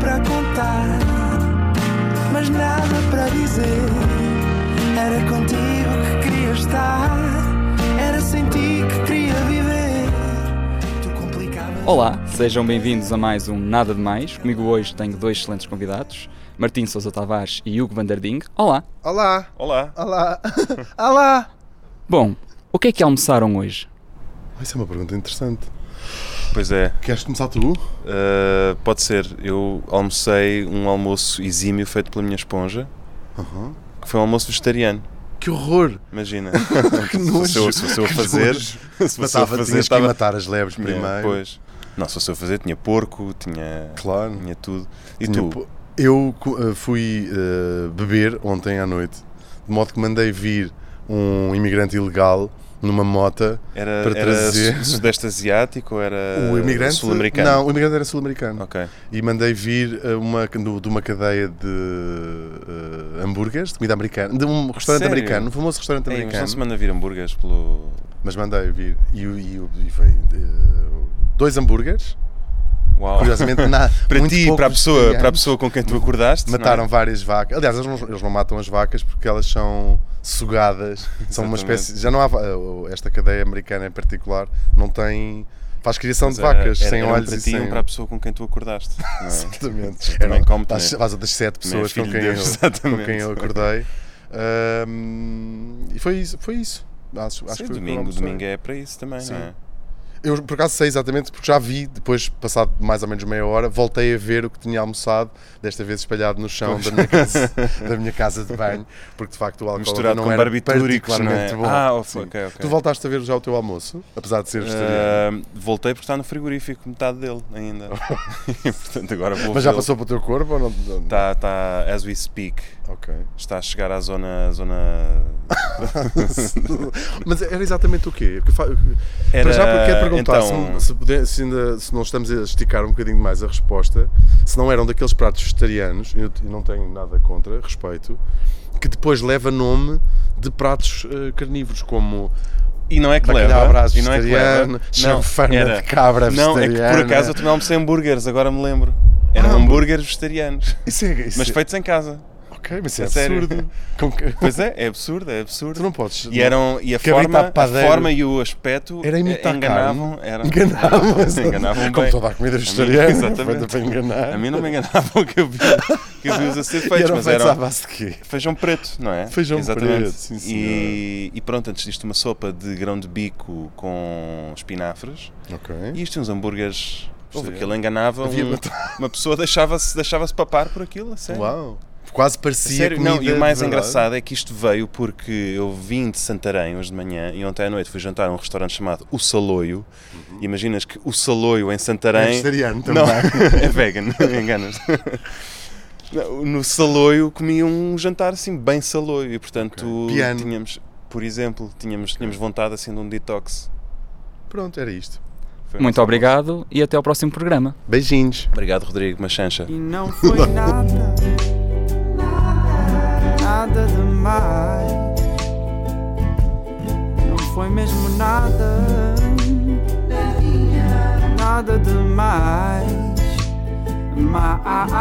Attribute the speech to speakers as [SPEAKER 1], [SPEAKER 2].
[SPEAKER 1] para contar, mas nada para dizer. Era contigo que queria estar, era sem ti que queria viver. Tu complicavas.
[SPEAKER 2] Olá, sejam bem-vindos a mais um Nada de Mais. Comigo hoje tenho dois excelentes convidados, Martim Sousa Tavares e Hugo Vanderding. Olá.
[SPEAKER 3] Olá!
[SPEAKER 4] Olá.
[SPEAKER 3] Olá! Olá!
[SPEAKER 2] Bom, o que é que almoçaram hoje?
[SPEAKER 5] Isso é uma pergunta interessante.
[SPEAKER 4] Pois é.
[SPEAKER 5] Queres começar tu?
[SPEAKER 4] Uh, pode ser. Eu almocei um almoço exímio feito pela minha esponja,
[SPEAKER 5] Aham.
[SPEAKER 4] que foi um almoço vegetariano.
[SPEAKER 5] Que horror!
[SPEAKER 4] Imagina.
[SPEAKER 5] Que
[SPEAKER 4] se eu- se eu
[SPEAKER 5] Que
[SPEAKER 4] fazer,
[SPEAKER 5] nojo.
[SPEAKER 4] se fosse eu
[SPEAKER 5] Matava,
[SPEAKER 4] fazer,
[SPEAKER 5] tinhas
[SPEAKER 4] estava-
[SPEAKER 5] que matar as leves
[SPEAKER 4] Tinha,
[SPEAKER 5] primeiro.
[SPEAKER 4] Pois. Não, se fosse eu fazer, tinha porco, tinha,
[SPEAKER 5] Claro.
[SPEAKER 4] tinha tudo. E
[SPEAKER 5] Tinha
[SPEAKER 4] tu?
[SPEAKER 5] po- Eu co- eh, fui eh, beber ontem à noite, de modo que mandei vir um imigrante ilegal numa mota.
[SPEAKER 4] Era,
[SPEAKER 5] para
[SPEAKER 4] era
[SPEAKER 5] trazer-
[SPEAKER 4] su- sudeste asiático ou era
[SPEAKER 5] o imigrante.
[SPEAKER 4] sul-americano?
[SPEAKER 5] Não, o imigrante era sul-americano.
[SPEAKER 4] Ok.
[SPEAKER 5] E mandei vir eh, uma, do- de uma cadeia de eh, hambúrgueres, de comida americana, de um restaurante
[SPEAKER 4] Sério?
[SPEAKER 5] americano, um famoso restaurante
[SPEAKER 4] Ei, mas não
[SPEAKER 5] americano.
[SPEAKER 4] se manda vir hambúrgueres pelo.
[SPEAKER 5] Mas mandei vir e, o- e, o- e foi eh, dois hambúrgueres.
[SPEAKER 4] Uau.
[SPEAKER 5] Curiosamente, na,
[SPEAKER 4] Para
[SPEAKER 5] muito
[SPEAKER 4] ti,
[SPEAKER 5] poucos
[SPEAKER 4] para a, pessoa, para a
[SPEAKER 5] vegetarianos.
[SPEAKER 4] pessoa com quem tu acordaste. não é?
[SPEAKER 5] Mataram várias vacas. Aliás, eles não, eles não matam as vacas porque elas são sugadas. São
[SPEAKER 4] Exatamente.
[SPEAKER 5] uma espécie. Já não há. va- eh, Esta cadeia americana em particular não tem. Faz criação
[SPEAKER 4] Mas
[SPEAKER 5] de
[SPEAKER 4] era-
[SPEAKER 5] vacas
[SPEAKER 4] era-
[SPEAKER 5] sem
[SPEAKER 4] era um
[SPEAKER 5] olhos
[SPEAKER 4] para
[SPEAKER 5] e
[SPEAKER 4] ti e
[SPEAKER 5] sem.
[SPEAKER 4] um para a pessoa com quem tu acordaste. não é?
[SPEAKER 5] Exatamente.
[SPEAKER 4] Também
[SPEAKER 5] Era-
[SPEAKER 4] como tu,
[SPEAKER 5] às,
[SPEAKER 4] né?
[SPEAKER 5] às outras sete
[SPEAKER 4] Também é
[SPEAKER 5] pessoas com
[SPEAKER 4] filho de
[SPEAKER 5] quem, eu,
[SPEAKER 4] Deus,
[SPEAKER 5] com
[SPEAKER 4] exatamente.
[SPEAKER 5] quem eu acordei. Ahm, e foi isso. Foi isso. Acho, acho
[SPEAKER 4] Sim,
[SPEAKER 5] que foi o que eu
[SPEAKER 4] domingo,
[SPEAKER 5] almocei.
[SPEAKER 4] domingo é para isso também,
[SPEAKER 5] Sim.
[SPEAKER 4] não é?
[SPEAKER 5] Eu por acaso sei exatamente porque já vi, depois passado mais ou menos meia hora, voltei a ver o que tinha almoçado, desta vez espalhado no chão da minha, casa, da minha casa de banho, porque de facto o álcool
[SPEAKER 4] Misturado
[SPEAKER 5] não
[SPEAKER 4] com
[SPEAKER 5] era
[SPEAKER 4] barbitúricos, não é?
[SPEAKER 5] particularmente bom.
[SPEAKER 4] Ah, ok,
[SPEAKER 5] Sim.
[SPEAKER 4] ok, ok.
[SPEAKER 5] Tu voltaste a ver já o teu almoço, apesar de ser vegetariano.
[SPEAKER 4] Ah, voltei porque está no frigorífico, metade dele ainda. E, Portanto, agora vou
[SPEAKER 5] Mas já
[SPEAKER 4] vê-lo.
[SPEAKER 5] passou para o teu corpo ou não? não-
[SPEAKER 4] Está, está, as we speak,
[SPEAKER 5] Ok.
[SPEAKER 4] está a chegar à zona. zona...
[SPEAKER 5] Mas era exatamente o quê? Porque fa-
[SPEAKER 4] Era,
[SPEAKER 5] Para já porque quero perguntar
[SPEAKER 4] então,
[SPEAKER 5] se, se, puder- se ainda, se não estamos a esticar um bocadinho mais a resposta, se não eram daqueles pratos vegetarianos, e eu, e não tenho nada contra, respeito, que depois leva nome de pratos eh, carnívoros, como
[SPEAKER 4] E não é que
[SPEAKER 5] bacalhau à
[SPEAKER 4] leva.
[SPEAKER 5] brás
[SPEAKER 4] E não é que
[SPEAKER 5] vegetariano,
[SPEAKER 4] leva.
[SPEAKER 5] chanfana
[SPEAKER 4] era-
[SPEAKER 5] de cabra
[SPEAKER 4] Não, é que por
[SPEAKER 5] vegetariana.
[SPEAKER 4] acaso eu também almocei hambúrgueres, agora me lembro. Eram
[SPEAKER 5] Ah,
[SPEAKER 4] hambúrgueres vegetarianos,
[SPEAKER 5] Isso é, isso
[SPEAKER 4] mas
[SPEAKER 5] é-
[SPEAKER 4] feitos em casa.
[SPEAKER 5] Ok, mas isso é
[SPEAKER 4] a sério.
[SPEAKER 5] absurdo. Com que-
[SPEAKER 4] Pois é, é absurdo, é absurdo.
[SPEAKER 5] tu não podes.
[SPEAKER 4] E, um eram, e a,
[SPEAKER 5] Cabrito
[SPEAKER 4] forma,
[SPEAKER 5] à
[SPEAKER 4] a
[SPEAKER 5] padeiro.
[SPEAKER 4] forma e o aspecto
[SPEAKER 5] Era imitar
[SPEAKER 4] eh, enganavam. Era,
[SPEAKER 5] Enganavam-se.
[SPEAKER 4] enganavam
[SPEAKER 5] Como
[SPEAKER 4] bem.
[SPEAKER 5] toda a comida
[SPEAKER 4] mim-
[SPEAKER 5] vegetariana, feita
[SPEAKER 4] exatamente.
[SPEAKER 5] para enganar.
[SPEAKER 4] A mim não me enganavam que eu vi, que eu vi os a ser
[SPEAKER 5] E
[SPEAKER 4] feitos,
[SPEAKER 5] eram
[SPEAKER 4] mas um
[SPEAKER 5] feitos à
[SPEAKER 4] eram
[SPEAKER 5] base de quê?
[SPEAKER 4] feijão preto, não é?
[SPEAKER 5] Feijão
[SPEAKER 4] Exatamente.
[SPEAKER 5] preto, sim,
[SPEAKER 4] e, e pronto, antes disto uma sopa de grão de bico com espinafres
[SPEAKER 5] Ok.
[SPEAKER 4] e isto uns hambúrgueres. Houve
[SPEAKER 5] Sim.
[SPEAKER 4] aquilo, enganava
[SPEAKER 5] Havia
[SPEAKER 4] um,
[SPEAKER 5] batata.
[SPEAKER 4] uma pessoa, deixava-se deixava papar por aquilo, a sério.
[SPEAKER 5] Uau! Quase
[SPEAKER 4] A
[SPEAKER 5] parecia
[SPEAKER 4] É sério, não,
[SPEAKER 5] comida
[SPEAKER 4] e o mais
[SPEAKER 5] de verdade.
[SPEAKER 4] engraçado é que isto veio porque eu vim de Santarém hoje de manhã e ontem à noite fui jantar a um restaurante chamado O Saloio. Imaginas que o Saloio em
[SPEAKER 5] Uhum. É
[SPEAKER 4] Santarém.
[SPEAKER 5] vegetariano
[SPEAKER 4] não,
[SPEAKER 5] também.
[SPEAKER 4] é vegan, enganas. Não, No Saloio comi um jantar assim bem saloio e portanto
[SPEAKER 5] Ok. Piano.
[SPEAKER 4] tínhamos, por exemplo, tínhamos, tínhamos vontade assim de um detox.
[SPEAKER 5] Pronto, era isto.
[SPEAKER 4] Foi
[SPEAKER 2] Muito
[SPEAKER 4] nosso
[SPEAKER 2] obrigado e até ao próximo programa.
[SPEAKER 5] Beijinhos.
[SPEAKER 4] almoço. Obrigado, Rodrigo Machancha.
[SPEAKER 1] E não foi nada, nada demais. Não foi mesmo nada, nada demais. Mais.